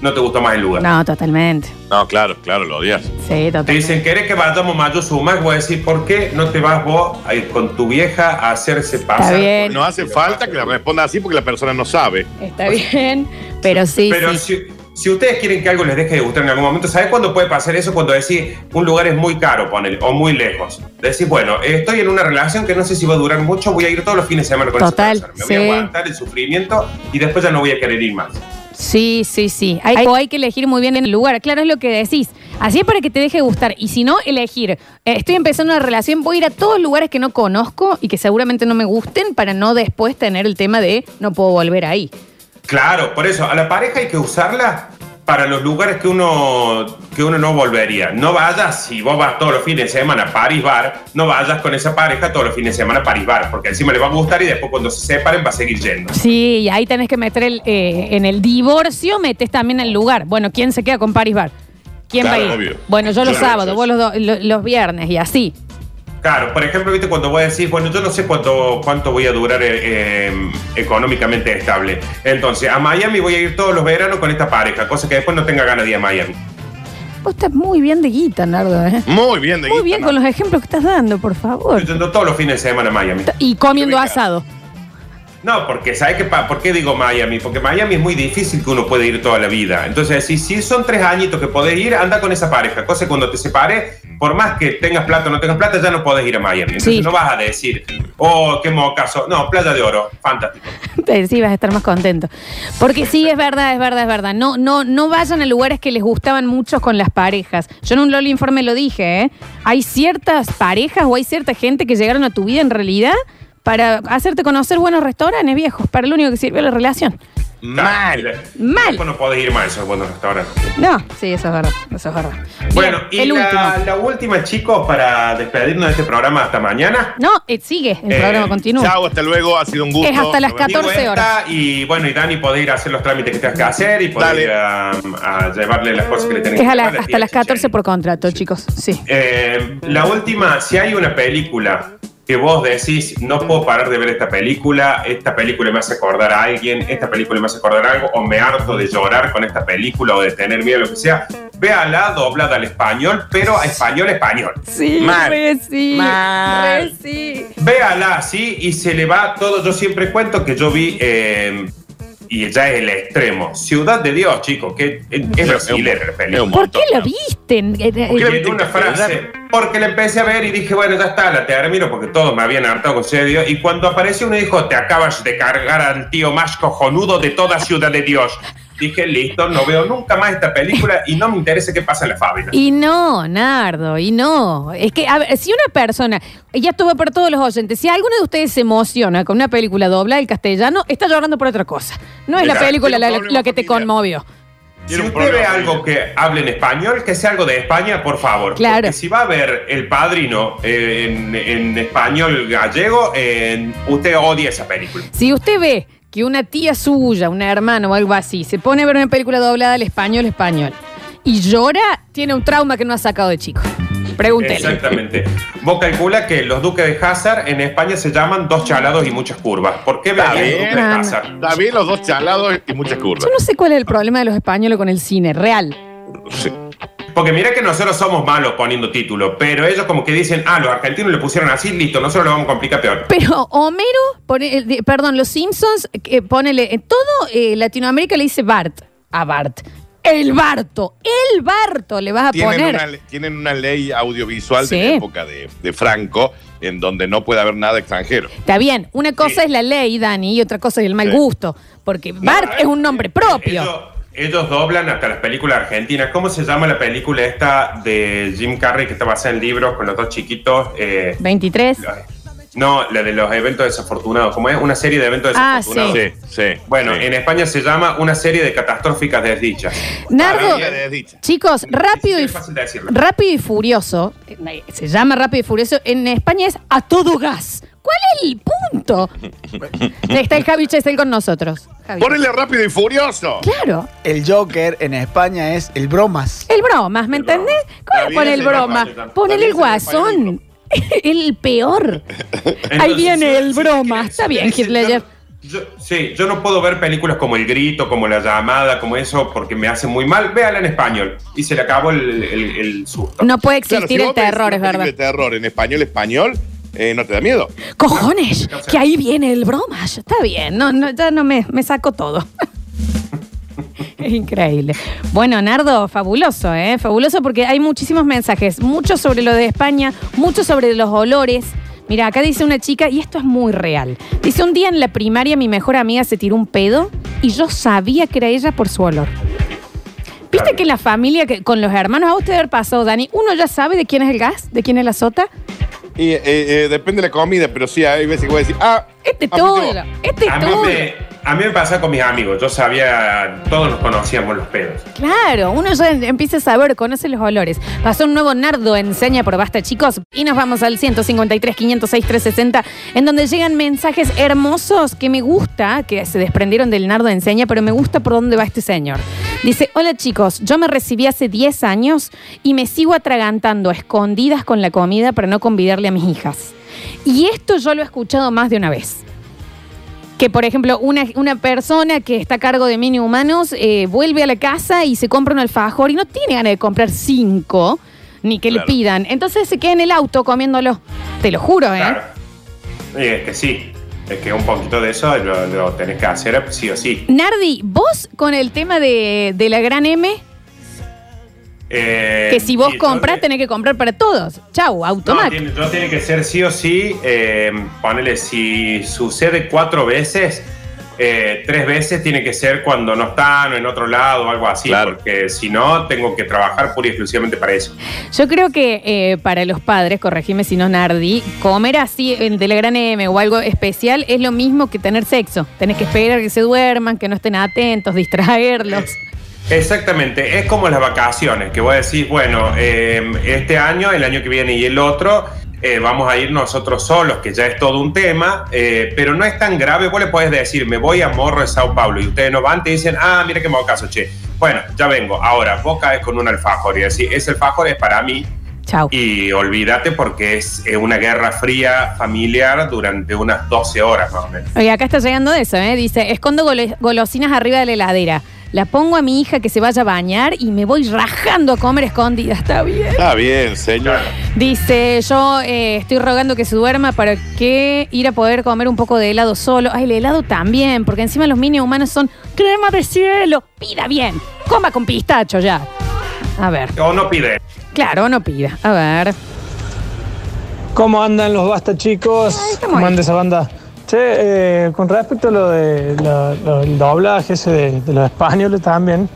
no te gusta más el lugar.
No, totalmente.
No, claro, claro, lo odias.
Sí, totalmente.
Te dicen, ¿querés que vayamos Mayu Suma? Voy a decir, ¿por qué no te vas vos a ir con tu vieja a hacerse pasar?
bien.
No hace falta que la responda así porque la persona no sabe.
Está bien, pero sí.
Pero
sí.
si, si ustedes quieren que algo les deje de gustar en algún momento, ¿sabes cuándo puede pasar eso? Cuando decís un lugar es muy caro, ponele, o muy lejos. Decís, bueno, eh, estoy en una relación que no sé si va a durar mucho, voy a ir todos los fines de semana con
Total,
esa persona. Me voy a
sí.
aguantar el sufrimiento y después ya no voy a querer ir más.
Sí, sí, sí. Hay, o hay que elegir muy bien el lugar. Claro, es lo que decís. Así es para que te deje gustar. Y si no, elegir. eh, estoy empezando una relación, voy a ir a todos lugares que no conozco y que seguramente no me gusten para no después tener el tema de no puedo volver ahí.
Claro, por eso, a la pareja hay que usarla para los lugares que uno, que uno no volvería. No vayas, si vos vas todos los fines de semana a Paris Bar, no vayas con esa pareja todos los fines de semana a Paris Bar, porque encima le va a gustar y después cuando se separen va a seguir yendo.
Sí, y ahí tenés que meter el, eh, en el divorcio, metes también el lugar. Bueno, ¿quién se queda con Paris Bar? ¿Quién
Claro,
va a ir?
obvio.
Bueno, yo los
Claro,
sábados, vos los, do- lo- los viernes y así.
Claro, por ejemplo, viste cuando voy a decir, bueno, yo no sé cuánto, cuánto voy a durar eh, eh, económicamente estable. Entonces, a Miami voy a ir todos los veranos con esta pareja, cosa que después no tenga ganas de ir a Miami.
Vos estás muy bien de guita, Nardo. ¿eh?
Muy bien, de
Muy bien con los ejemplos que estás dando, por favor.
Estoy yendo todos los fines de semana a Miami.
Y comiendo asado.
No, porque ¿sabes qué? pa- ¿Por qué digo Miami? Porque Miami es muy difícil que uno puede ir toda la vida. Entonces, si, si son tres añitos que podés ir, anda con esa pareja. Cosa que cuando te separes, por más que tengas plata o no tengas plata, ya no podés ir a Miami. Entonces
Sí.
no vas a decir, oh, qué mocaso. No, plata de oro, fantástico.
Te- Sí, vas a estar más contento. Porque sí, es verdad, es verdad, es verdad. No, no, no vayan a lugares que les gustaban mucho con las parejas. Yo en un LOL informe lo dije, ¿eh? Hay ciertas parejas o hay cierta gente que llegaron a tu vida en realidad para hacerte conocer buenos restaurantes viejos, para lo único que sirvió la relación.
Mal.
Mal.
Después no podés ir más a esos buenos restaurantes.
No, sí, eso es verdad, eso es verdad.
Bueno, y
el
la,
último.
la última, chicos, para despedirnos de este programa hasta mañana.
No, eh, sigue, el
Eh,
programa continúa.
Chao, hasta luego, ha sido un
gusto. Es hasta las 14 horas.
Y bueno, y Dani podés ir a hacer los trámites que tengas que hacer y podés ir a, a llevarle las cosas que le tenés
Es
que
a la-
llevar. a la
hasta
tía.
las 14 por contrato, chicos. Sí.
Eh, la última, si hay una película que vos decís, no puedo parar de ver esta película, esta película me hace acordar a alguien, esta película me hace acordar algo, o me harto de llorar con esta película o de tener miedo, lo que sea, véala doblada al español, pero a español, español.
Sí,
Mal.
re sí,
Mal.
re sí.
Véala así y se le va todo. Yo siempre cuento que yo vi, eh, y ya es el extremo, Ciudad de Dios, chicos, que es, es brasilera la película.
¿Por qué lo visten? Eh, eh,
Y en una frase, porque la empecé a ver y dije, bueno, ya está, la termino porque todos me habían hartado con Ciudad de Dios. Y cuando apareció uno dijo, te acabas de cargar al tío más cojonudo de toda Ciudad de Dios. Dije, listo, no veo nunca más esta película y no me interesa qué pasa en la fábrica.
Y no, Nardo, y no. Es que, a ver, si una persona, ya estuvo para todos los oyentes, si alguno de ustedes se emociona con una película doblada del castellano, está llorando por otra cosa. No es la
Exacto.
película la,
Tiene un
la que te conmovió.
Si usted ve algo que hable en español, que sea algo de España, por favor.
Claro.
Porque si va a ver El Padrino eh, en, en español gallego, eh, usted odia esa película.
Si usted ve que una tía suya, una hermana o algo así, se pone a ver una película doblada al español, español, y llora, tiene un trauma que no ha sacado de chico. Pregúntele.
Exactamente. Vos calcula que los duques de Hazard en España se llaman dos chalados y muchas curvas. ¿Por qué
Está
verían los
bien.
duques de Hazard?
Está bien los dos chalados y muchas curvas.
Yo no sé cuál es el problema de los españoles con el cine, real.
Sí. Porque mira que nosotros somos malos poniendo títulos, pero ellos como que dicen, ah, los argentinos le pusieron así, listo, nosotros lo vamos a complicar peor.
Pero Homero, pone- eh, de- perdón, los Simpsons, eh, ponele, en todo eh, Latinoamérica le dice Bart a Bart. El Barto, el Barto le vas a
tienen,
poner.
Una, le- tienen una ley audiovisual
Sí.
de la época de, de Franco en donde no puede haber nada extranjero.
Está bien, una cosa es la ley, Dani, y otra cosa es el mal
Sí. eh,
gusto, porque Bart es un nombre propio.
eh, ellos doblan hasta las películas argentinas. ¿Cómo se llama la película esta de Jim Carrey que está basada en libros con los dos chiquitos? Eh,
23.
no, la de los eventos desafortunados. Como es una serie de eventos
Ah,
desafortunados.
sí.
Bueno, en España se llama una serie de catastróficas desdichas.
Nardo,
Maravilla desdicha.
chicos, rápido y,
Fácil de decirlo.
rápido y furioso. eh, Se llama rápido y furioso. En España es a todo gas. ¿Cuál es el punto? Está el Javi Chesel con nosotros. Javi.
Ponele rápido y furioso.
Claro.
El Joker en España es el bromas.
El bromas, ¿me entendés? ¿Cómo
También
le pone
es
el
en
broma?
España, tam-
Ponele el
también es en
guasón. El peor. Ahí
Entonces,
viene el broma. Está bien, Hitler.
Yo, sí, yo no puedo ver películas como El Grito, como La Llamada, como eso, porque me hace muy mal. Véala en español. Y se le acabó el, el- el susto.
No puede
Claro,
existir
si
el
vos ves
terror,
una
es
película
verdad.
de terror en español, español, eh, no te da miedo.
Cojones, que ahí viene el bromas. Está bien, no, no, ya no me, me saco todo. Es increíble. Bueno, Nardo, fabuloso, ¿eh? Fabuloso porque hay muchísimos mensajes, mucho sobre lo de España, mucho sobre los olores. Mira, acá dice una chica, y esto es muy real. Dice, un día en la primaria mi mejor amiga se tiró un pedo y yo sabía que era ella por su olor. ¿Viste que la familia, que, con los hermanos, a usted haber pasado, Dani, uno ya sabe de quién es el gas, de quién es la sota?
Y eh, eh, depende de la comida, pero sí, hay veces que voy a decir, ah,
Este todo, este
A mí,
todo.
me, a mí me pasa con mis amigos. Yo sabía, todos nos conocíamos los pedos.
Claro, uno ya em- empieza a saber, conoce los olores. Pasó un nuevo Nardo Enseña por Basta, chicos. Y nos vamos al 153, 506, 360, en donde llegan mensajes hermosos que me gusta, que se desprendieron del Nardo Enseña, pero me gusta por dónde va este señor. Dice, hola chicos, yo me recibí hace 10 años y me sigo atragantando a escondidas con la comida para no convidarle a mis hijas. Y esto yo lo he escuchado más de una vez. Que, por ejemplo, una, una persona que está a cargo de mini humanos eh, vuelve a la casa y se compra un alfajor y no tiene ganas de comprar cinco, ni que
Claro.
le pidan. Entonces se queda en el auto comiéndolo. Te lo juro, ¿eh?
Claro. Y es que sí. Es que un poquito de eso lo, lo tenés que hacer sí o sí.
Nardi, vos con el tema de, de la gran M,
Eh,
que si vos
y yo-
compras, tenés que comprar para todos. Chau,
No,
automático.
tiene, no tiene que ser sí o sí. eh, ponele, si sucede cuatro veces, eh, tres veces tiene que ser cuando no están o en otro lado o algo así. Porque si no, tengo que trabajar pura y exclusivamente para eso.
Yo creo que eh, para los padres, corregime si no, Nardi, comer así el de la gran M o algo especial es lo mismo que tener sexo. Tenés que esperar que se duerman, que no estén atentos, distraerlos.
Exactamente, es como las vacaciones, que vos decís, bueno, eh, este año, el año que viene y el otro, eh, vamos a ir nosotros solos, que ya es todo un tema, eh, pero no es tan grave, vos le podés decir, me voy a Morro de Sao Paulo, y ustedes no van, te dicen, ah, mira qué mal caso, che, bueno, ya vengo, ahora vos caes con un alfajor y decís, ese alfajor es para mí.
Chau.
Y olvídate porque es eh, una guerra fría familiar durante unas 12 horas más o menos.
Oye, acá está llegando eso, ¿eh? Dice, escondo golo- golosinas arriba de la heladera. La pongo a mi hija que se vaya a bañar y me voy rajando a comer escondida. Está bien.
está bien, señor.
Dice, yo eh, estoy rogando que se duerma para que ir a poder comer un poco de helado solo. Ay, el helado también, porque encima los mini humanos son crema de cielo. Pida bien, coma con pistacho ya. A ver,
O no pide.
claro, no pida. A ver.
¿Cómo andan los basta chicos? ¿Cómo anda esa banda? Che, eh, con respecto a lo del de, la- lo- el doblaje ese de, de los españoles también,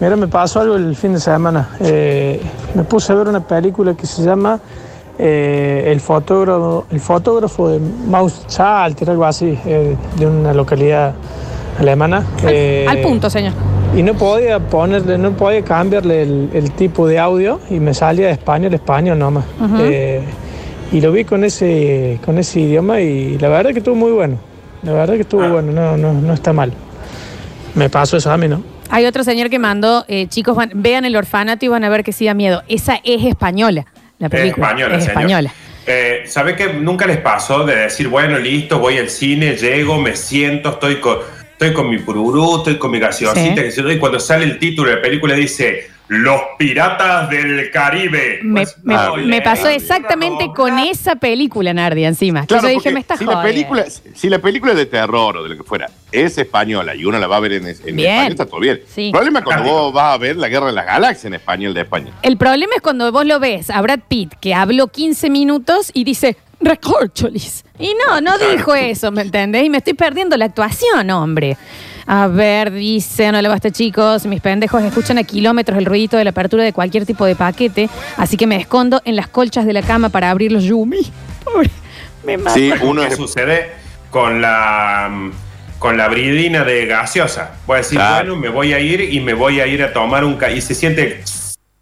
mira, me pasó algo el fin de semana. Eh, me puse a ver una película que se llama eh, el, fotógrafo, el fotógrafo de Maus Schalter, algo así, eh, de una localidad alemana. Eh,
Al punto, señor.
y no podía ponerle, no podía cambiarle el, el tipo de audio y me salía de español, español nomás.
Ujú.
Eh, y lo vi con ese, con ese idioma y la verdad que estuvo muy bueno. La verdad que estuvo
Ah.
bueno, no, no, no está mal. Me pasó eso a mí, ¿no?
Hay otro señor que mandó, eh, chicos, van- vean el orfanato y van a ver que sí da miedo. Esa es española, la película.
Es española,
Es
señor.
española.
Eh, ¿Sabe que nunca les pasó de decir, bueno, listo, voy al cine, llego, me siento, estoy con, estoy con mi pururú, estoy con mi gaseosita,
Sí.
que se doy, y cuando sale el título de la película dice, Los Piratas del Caribe?
Me,
Pues,
me-
no,
me
le-
pasó exactamente con esa película, Nardi, encima. Que
Claro,
yo dije,
porque
me está
si la,
jodiendo.
película, si la película es de terror o de lo que fuera es española y uno la va a ver en, es- en
Bien.
español, está todo bien.
Sí.
El problema es cuando vos vas a ver la guerra de las galaxias en español de España.
El problema es cuando vos lo ves a Brad Pitt, que habló 15 minutos y dice, recorcholis. Y no, no dijo eso, ¿me entendés? Y me estoy perdiendo la actuación, hombre. A ver, dice, no le basta chicos, mis pendejos escuchan a kilómetros el ruidito de la apertura de cualquier tipo de paquete, así que me escondo en las colchas de la cama para abrir los yumi. Pobre, me mata.
Sí, uno que sucede con la con la bridina de gaseosa. Voy a decir,
Claro.
bueno, me voy a ir y me voy a ir a tomar un ca y se siente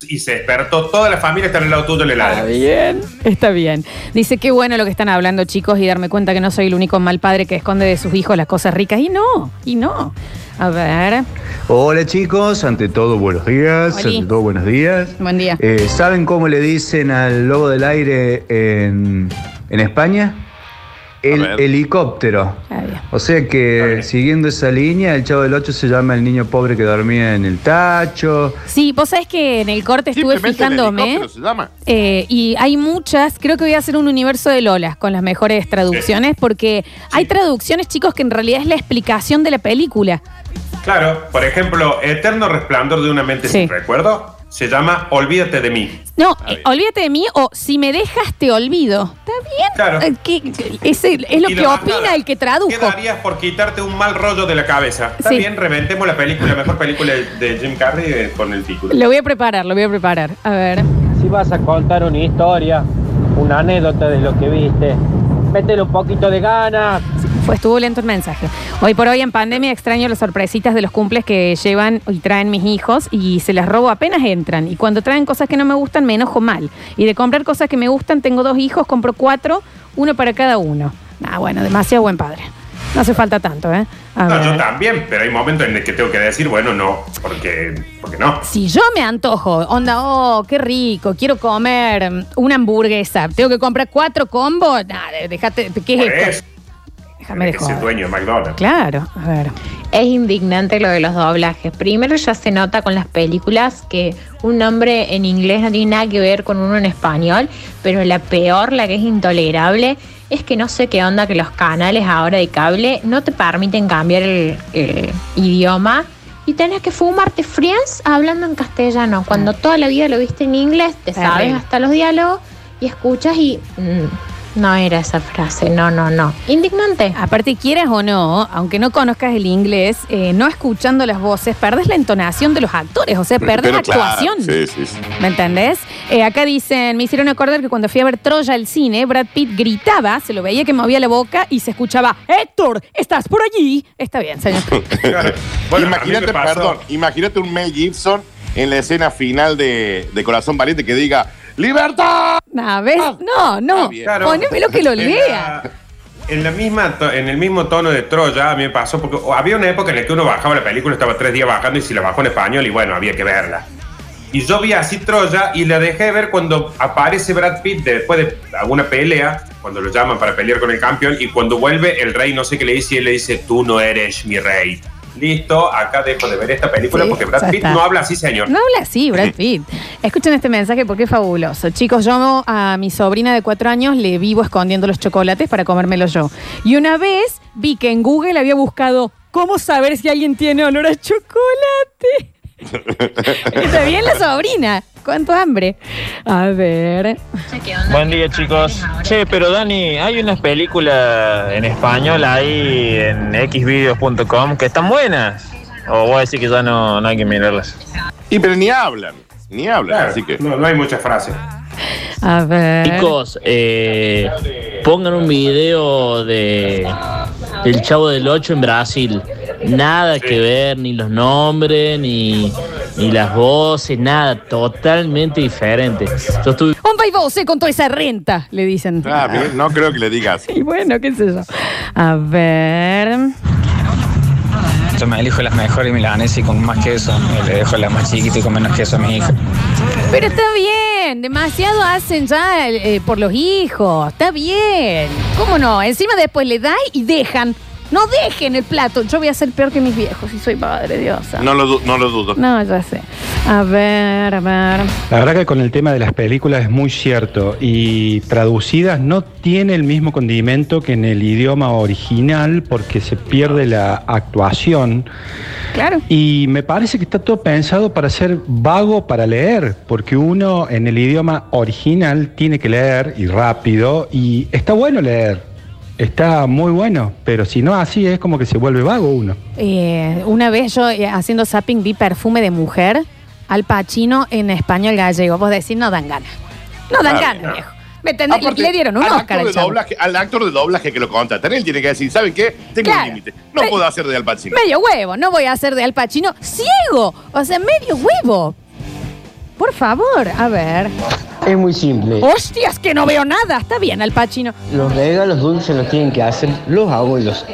y se despertó toda la familia está en el lado tuyo en el Está
bien. Está bien. Dice, qué bueno lo que están hablando, chicos, y darme cuenta que no soy el único mal padre que esconde de sus hijos las cosas ricas. Y no, y no. A ver,
Hola chicos, ante todo buenos días,
Oli.
ante todo buenos días.
buen día.
Eh, ¿Saben cómo le dicen al lobo del aire en, en España? El helicóptero. O sea que siguiendo esa línea, el chavo del 8 se llama el niño pobre que dormía en el tacho.
Sí, vos sabés que en el corte estuve
Simplemente el
fijándome.
helicóptero se llama.
eh, y hay muchas, creo que voy a hacer un universo de Lolas con las mejores traducciones, porque hay traducciones, chicos, que en realidad es la explicación de la película.
Claro, por ejemplo, Eterno Resplandor de una mente sin recuerdo se llama Olvídate de mí.
No, eh, olvídate de mí o si me dejas te olvido. ¿Está bien?
Claro.
Eh, que- ese es lo
Y
que
la
opina el que
¿Qué
tradujo.
darías por quitarte un mal rollo de la cabeza? Está
Sí.
bien, reventemos la película, la mejor película de Jim Carrey eh, con el título.
Lo voy a preparar, lo voy a preparar. A ver.
Si vas a contar una historia, una anécdota de lo que viste, métele un poquito de ganas.
Fue, estuvo lento el mensaje. Hoy por hoy en pandemia extraño las sorpresitas de los cumples que llevan y traen mis hijos y se las robo apenas entran. Y cuando traen cosas que no me gustan me enojo mal. Y de comprar cosas que me gustan tengo dos hijos, compro cuatro, uno para cada uno. Ah, bueno, demasiado buen padre. No hace falta tanto, ¿eh? A
No, yo
ver.
también, pero hay momentos en los que tengo que decir, bueno, no, porque, porque no.
Si yo me antojo, onda, oh, qué rico, quiero comer una hamburguesa, tengo que comprar cuatro combos, nada, déjate, ¿qué es
Por
esto?
eso,
Déjame de
es el
joder.
dueño de McDonald's.
Claro, a ver.
Es indignante lo de los doblajes. Primero ya se nota con las películas que un nombre en inglés no tiene nada que ver con uno en español, pero la peor, la que es intolerable, es que no sé qué onda que los canales ahora de cable no te permiten cambiar el, el idioma y tenés que fumarte Friends hablando en castellano. Cuando toda la vida lo viste en inglés, te sabes
Terrible.
hasta los diálogos y escuchas y... mm, no era esa frase, no, no, no. Indignante.
Eh, Aparte, quieras o no, aunque no conozcas el inglés, eh, no escuchando las voces, perdés la entonación de los actores, o sea, perdés
Pero claro,
actuación.
sí, sí, sí.
¿Me entendés? Eh, acá dicen, me hicieron acordar que cuando fui a ver Troya al cine, Brad Pitt gritaba, se lo veía que movía la boca y se escuchaba, Héctor, ¿estás por allí? Está bien, señor.
imagínate,
pasó.
perdón, imagínate un Mel Gibson en la escena final de, de Corazón Valiente que diga ¡Libertad!
Nah, Ah, ¿ves? No, no.
Claro.
Poneme lo que lo
En
lea.
En, la misma, to- en el mismo tono de Troya, a mí me pasó, porque había una época en la que uno bajaba la película, estaba tres días bajando y si la bajó en español, y bueno, había que verla. Y yo vi así Troya y la dejé de ver cuando aparece Brad Pitt después de alguna pelea, cuando lo llaman para pelear con el campeón, y cuando vuelve el rey, no sé qué le dice, y él le dice, tú no eres mi rey. Listo, acá dejo de ver esta película
Sí,
porque
ya
Brad Pitt
está.
no habla así, señor.
No habla así, Brad Pitt. Escuchen este mensaje porque es fabuloso. Chicos, yo a mi sobrina de cuatro años le vivo escondiendo los chocolates para comérmelos yo. Y una vez vi que en Google había buscado cómo saber si alguien tiene olor a chocolate. Está bien la sobrina. ¿Cuánto hambre? A ver.
Buen día chicos. Che, pero Dani, hay unas películas en español ahí en xvideos.com que están buenas. O voy a decir que ya no, no hay que mirarlas.
Y pero ni hablan, ni hablan,
Claro,
así que.
No, no hay muchas frases.
A ver.
Chicos, eh, pongan un video de El Chavo del 8 en Brasil. Nada que ver, ni los nombres, ni, ni las voces, nada. Totalmente diferente. Yo estuve
Un paibose con toda esa renta, le dicen.
Ah, bien, no creo que le digas.
Y bueno, qué sé yo. A ver.
Yo me elijo las mejores milanesas y con más queso. Y le dejo las más chiquitas y con menos queso a mi hija.
Pero está bien, demasiado hacen ya eh, por los hijos, está bien. ¿Cómo no? Encima después le da y dejan. No dejen el plato. Yo voy a ser peor que mis viejos si soy padre, Dios.
No lo, du- no lo dudo.
No, ya sé. A ver, a ver.
La verdad que con el tema de las películas es muy cierto y traducidas no tiene el mismo condimento que en el idioma original porque se pierde la actuación.
Claro.
Y me parece que está todo pensado para ser vago para leer, porque uno en el idioma original tiene que leer y rápido y está bueno leer. está muy bueno, pero si no así es como que se vuelve vago uno.
Eh, una vez yo eh, haciendo zapping vi perfume de mujer al Pacino en español gallego. Vos decís, no dan ganas. No dan
Claro,
ganas,
no.
viejo. ¿Me entendés?
Aparte,
le dieron un
Ah, al
Oscar
actor,
al
de
chavo.
doblaje, al actor de doblaje que lo contratan, él tiene que decir, ¿saben qué? Tengo
Claro.
un límite. No puedo hacer de Al Pacino.
Medio huevo, no voy a hacer de Al Pacino ciego. O sea, medio huevo. Por favor, a ver.
Es muy simple.
¡Hostias, que no veo nada! Está bien, Al Pacino.
Los regalos dulces los tienen que hacer los abuelos.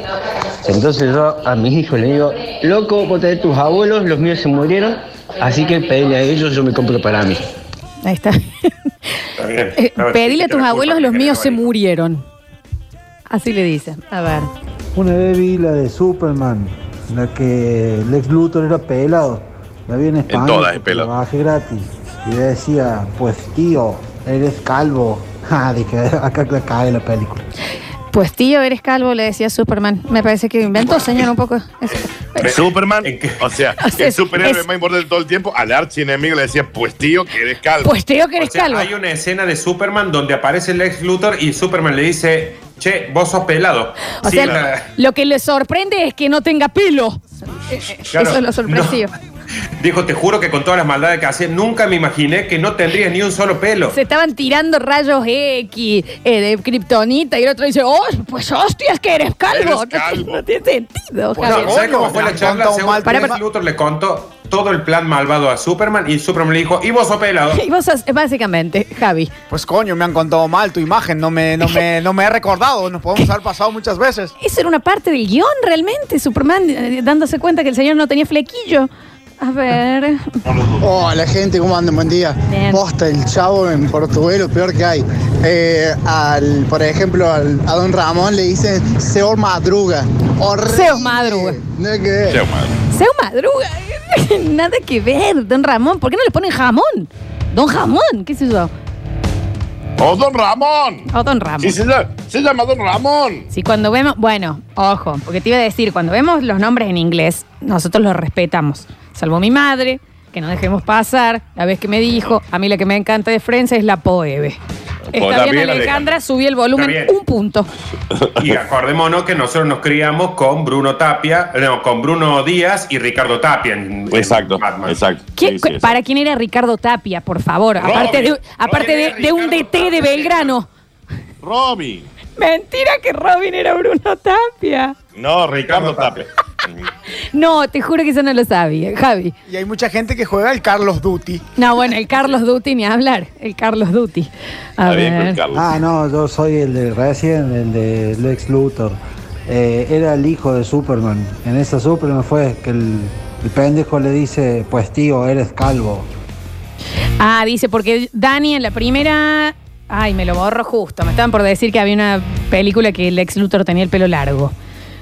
Entonces yo a mis hijos les digo, loco, vos tenés tus abuelos, los míos se murieron, así que pedile a ellos, yo me compro para mí.
Ahí está.
Está bien.
Eh,
A ver,
pedile
sí,
a tus
la culpa
abuelos,
que
los
genera
míos se murieron. Así le dice. A ver.
Una vez vi la de Superman, la que Lex Luthor era pelado. La vi en España.
todas es
porque
pelado.
Trabajé gratis. Y le decía, pues tío, eres calvo. Ah, dije, acá la cae la película.
Pues tío, eres calvo, le decía Superman. Me parece que inventó, señor, un poco.
Eh,
Es-
Superman, o sea,
sea,
el superhéroe
es-
más importante de todo el tiempo, al archienemigo le decía, pues tío, que eres calvo.
Pues tío, que eres calvo.
Hay una escena de Superman donde aparece Lex Luthor y Superman le dice, che, vos sos pelado.
O
Sí,
sea,
la-
lo que le sorprende es que no tenga pelo. Eh, eh,
Claro,
Eso es lo sorpresivo.
Dijo, te juro que con todas las maldades que hacías, nunca me imaginé que no tendrías ni un solo pelo.
Se estaban tirando rayos X eh, de kriptonita y el otro dice, oh, pues hostias que eres calvo.
Eres calvo. Pues
No tiene sentido,
Bueno,
Javier.
¿Sabes cómo fue la
Le
charla?
contó un
Según
mal
Lex
tema.
Luthor le contó todo el plan malvado a Superman y Superman le dijo, y vos sos pelado.
Y vos sos- básicamente, Javi.
Pues coño, me han contado mal tu imagen, no me, no me, no me he recordado, nos podemos haber pasado muchas veces.
Eso era una parte del guión realmente, Superman eh, dándose cuenta que el señor no tenía flequillo. A ver.
Hola gente, ¿cómo andan? Buen día. Posta, el chavo en portugués, lo peor que hay. Eh, al, por ejemplo, al- a don Ramón le dicen Seo Madruga. Seo Madruga. No hay que ver.
Seo Madruga.
Sea un madruga. Nada que ver, don Ramón. ¿Por qué no le ponen jamón? Don Jamón, qué sé yo.
¡Oh, don Ramón!
O don Ramón.
Sí, se llama, se llama don Ramón.
Sí, cuando vemos, bueno, ojo, porque te iba a decir, cuando vemos los nombres en inglés, nosotros los respetamos. Salvo mi madre, que no dejemos pasar, la vez que me dijo, a mí la que me encanta de Francia es la Poeve. Está
Hola,
bien,
bien,
Alejandra,
Oh, Alejandra.
subí el volumen
Está bien.
un punto.
Y acordémonos que nosotros nos criamos con Bruno Tapia, no, con Bruno Díaz y Ricardo Tapia. exacto,
exacto.
¿Quién- cu- ¿Para quién era Ricardo Tapia, por favor?
Robin.
aparte de, aparte de, de un DT de Belgrano.
Robin.
Mentira que Robin era Bruno Tapia.
No, Ricardo Tape.
No, te juro que eso no lo sabía, Javi.
Y hay mucha gente que juega el Carlos Duty.
No, bueno, el Carlos Duty ni hablar. El Carlos Duty. A ver.
Ah, no, yo soy el de recién, el de Lex Luthor. Eh, era el hijo de Superman. En esa Superman fue que el, el pendejo le dice, pues tío, eres calvo.
Ah, dice, porque Dani en la primera. Ay, me lo borro justo. Me estaban por decir que había una película que Lex Luthor tenía el pelo largo.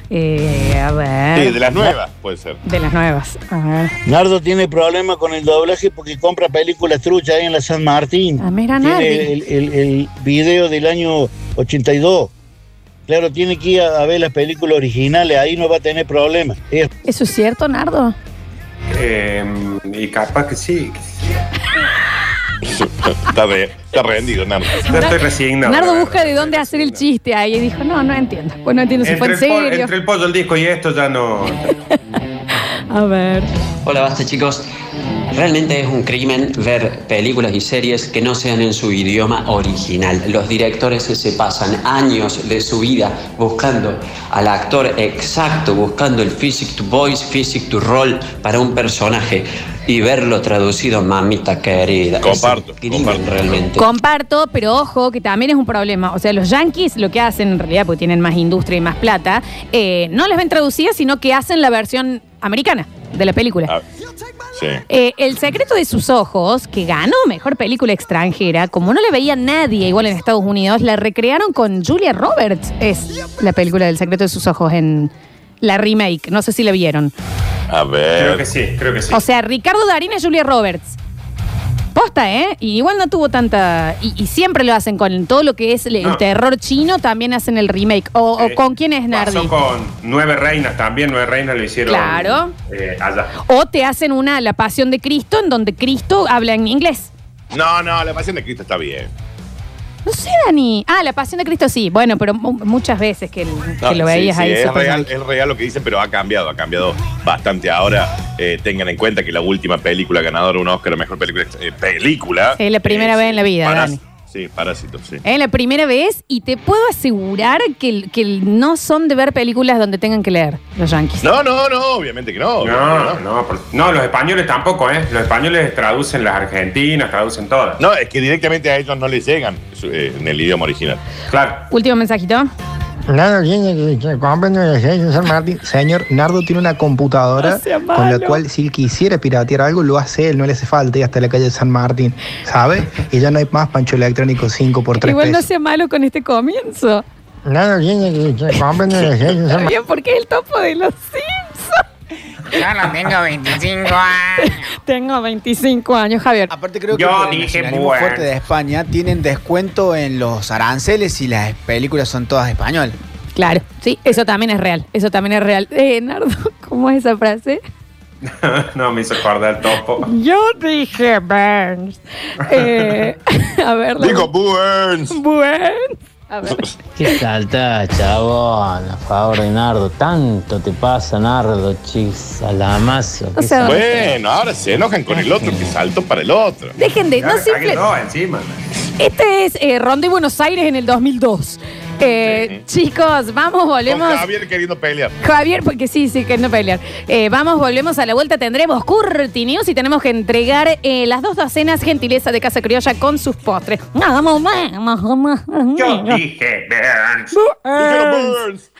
Eh, a ver.
Sí, de las nuevas, puede ser.
De las nuevas. A ver.
Nardo tiene problema con el doblaje porque compra películas truchas ahí en la San Martín.
Ah, mira,
tiene
Nardi.
el, el- el video del año 82. Claro, tiene que ir a, a ver las películas originales, ahí no va a tener problema. Es-
¿Eso es cierto, Nardo?
Eh, y capaz que sí.
está, re- está rendido, Nardo.
Estoy resignado.
Nardo busca de dónde hacer el chiste ahí y dijo, no, no entiendo. Pues no entiendo si fue
entre,
en
el po-
serio.
entre el pollo, el disco y esto ya no.
A ver.
Hola, basta chicos. Realmente es un crimen ver películas y series que no sean en su idioma original. Los directores se pasan años de su vida buscando al actor exacto, buscando el physic to voice, physic to role para un personaje y verlo traducido, mamita querida. Comparto. Es un crimen realmente.
Comparto, pero ojo, que también es un problema. O sea, los yankees lo que hacen en realidad, porque tienen más industria y más plata, eh, no las ven traducidas, sino que hacen la versión americana de la película.
Sí.
Eh, el secreto de sus ojos, que ganó mejor película extranjera, como no le veía nadie igual en Estados Unidos, la recrearon con Julia Roberts. Es la película del secreto de sus ojos en la remake. No sé si la vieron.
A ver.
Creo que sí, creo que sí.
O sea, Ricardo Darín es Julia Roberts. Posta, ¿eh? Y igual no tuvo tanta. Y, y siempre lo hacen con todo lo que es el
No.
terror chino, también hacen el remake. ¿O, o
Sí.
con quién es Nardi?
Pasó Eh, con Nueve Reinas también, Nueve Reinas lo hicieron.
Claro.
eh, allá.
O te hacen una La Pasión de Cristo, en donde Cristo habla en inglés.
No, no, la pasión de Cristo está bien.
No sé, Dani. Ah, la pasión de Cristo sí. Bueno, pero mu- muchas veces que, el-
No,
que lo
sí,
veías
sí,
ahí.
Es
súper
real,
mal.
es real lo que dicen, pero ha cambiado, ha cambiado bastante. Ahora eh, tengan en cuenta que la última película ganadora de un Oscar, la mejor película, eh, película
Es la primera vez en la vida,
Parás-
Dani.
Sí, Parásitos, sí.
Es la primera vez y te puedo asegurar que, el- que el- no son de ver películas donde tengan que leer los yankees.
No, no, no, obviamente que
Oh,
no.
No, no, por- no, los españoles tampoco, ¿eh? Los españoles traducen las argentinas, traducen todas.
No, es que directamente a ellos no les llegan eh, en el idioma original.
Claro.
Último mensajito.
Nardo tiene que- que compren el ejército de San Martín.
Señor, Nardo tiene una computadora
No sea
con la
malo.
cual si él quisiera piratear algo, lo hace él, no le hace falta ir hasta la calle de San Martín, ¿sabe? Y ya no hay más pancho electrónico 5 por 3
Igual no
pesos.
sea malo con este comienzo.
Nardo tiene que- que compren el ejército de San
Está
Martín.
bien, porque es el topo de los Simpsons.
Yo no tengo 25 años.
Tengo 25 años, Javier.
Aparte
creo
Creo que el nacionalismo fuerte de España tienen descuento en los aranceles y las películas son todas español.
Claro, sí, eso también es real. Eso también es real. Eh, Nardo, ¿cómo es esa frase?
no, me hizo acordar el topo.
Yo dije Burns. Eh, a ver.
Digo Burns.
Burns. A ver.
¿Qué salta, chabón? A favor de Nardo. Tanto te pasa, Nardo, chis, a la mazo. ¿Qué salta?
bueno, ahora se enojan con el otro que saltó para el otro.
Dejen de- no Ya, simple- caguen dos
encima.
Este es eh, Ronda y Buenos Aires en el 2002. Eh, Chicos, vamos, volvemos.
Con Javier queriendo pelear.
Javier, porque sí, sí, que no pelear. Eh, vamos, volvemos a la vuelta. Tendremos Curti News y tenemos que entregar eh, las dos docenas gentileza de Casa Criolla con sus postres. Vamos, vamos, vamos.
Yo dije Burns.
Burns.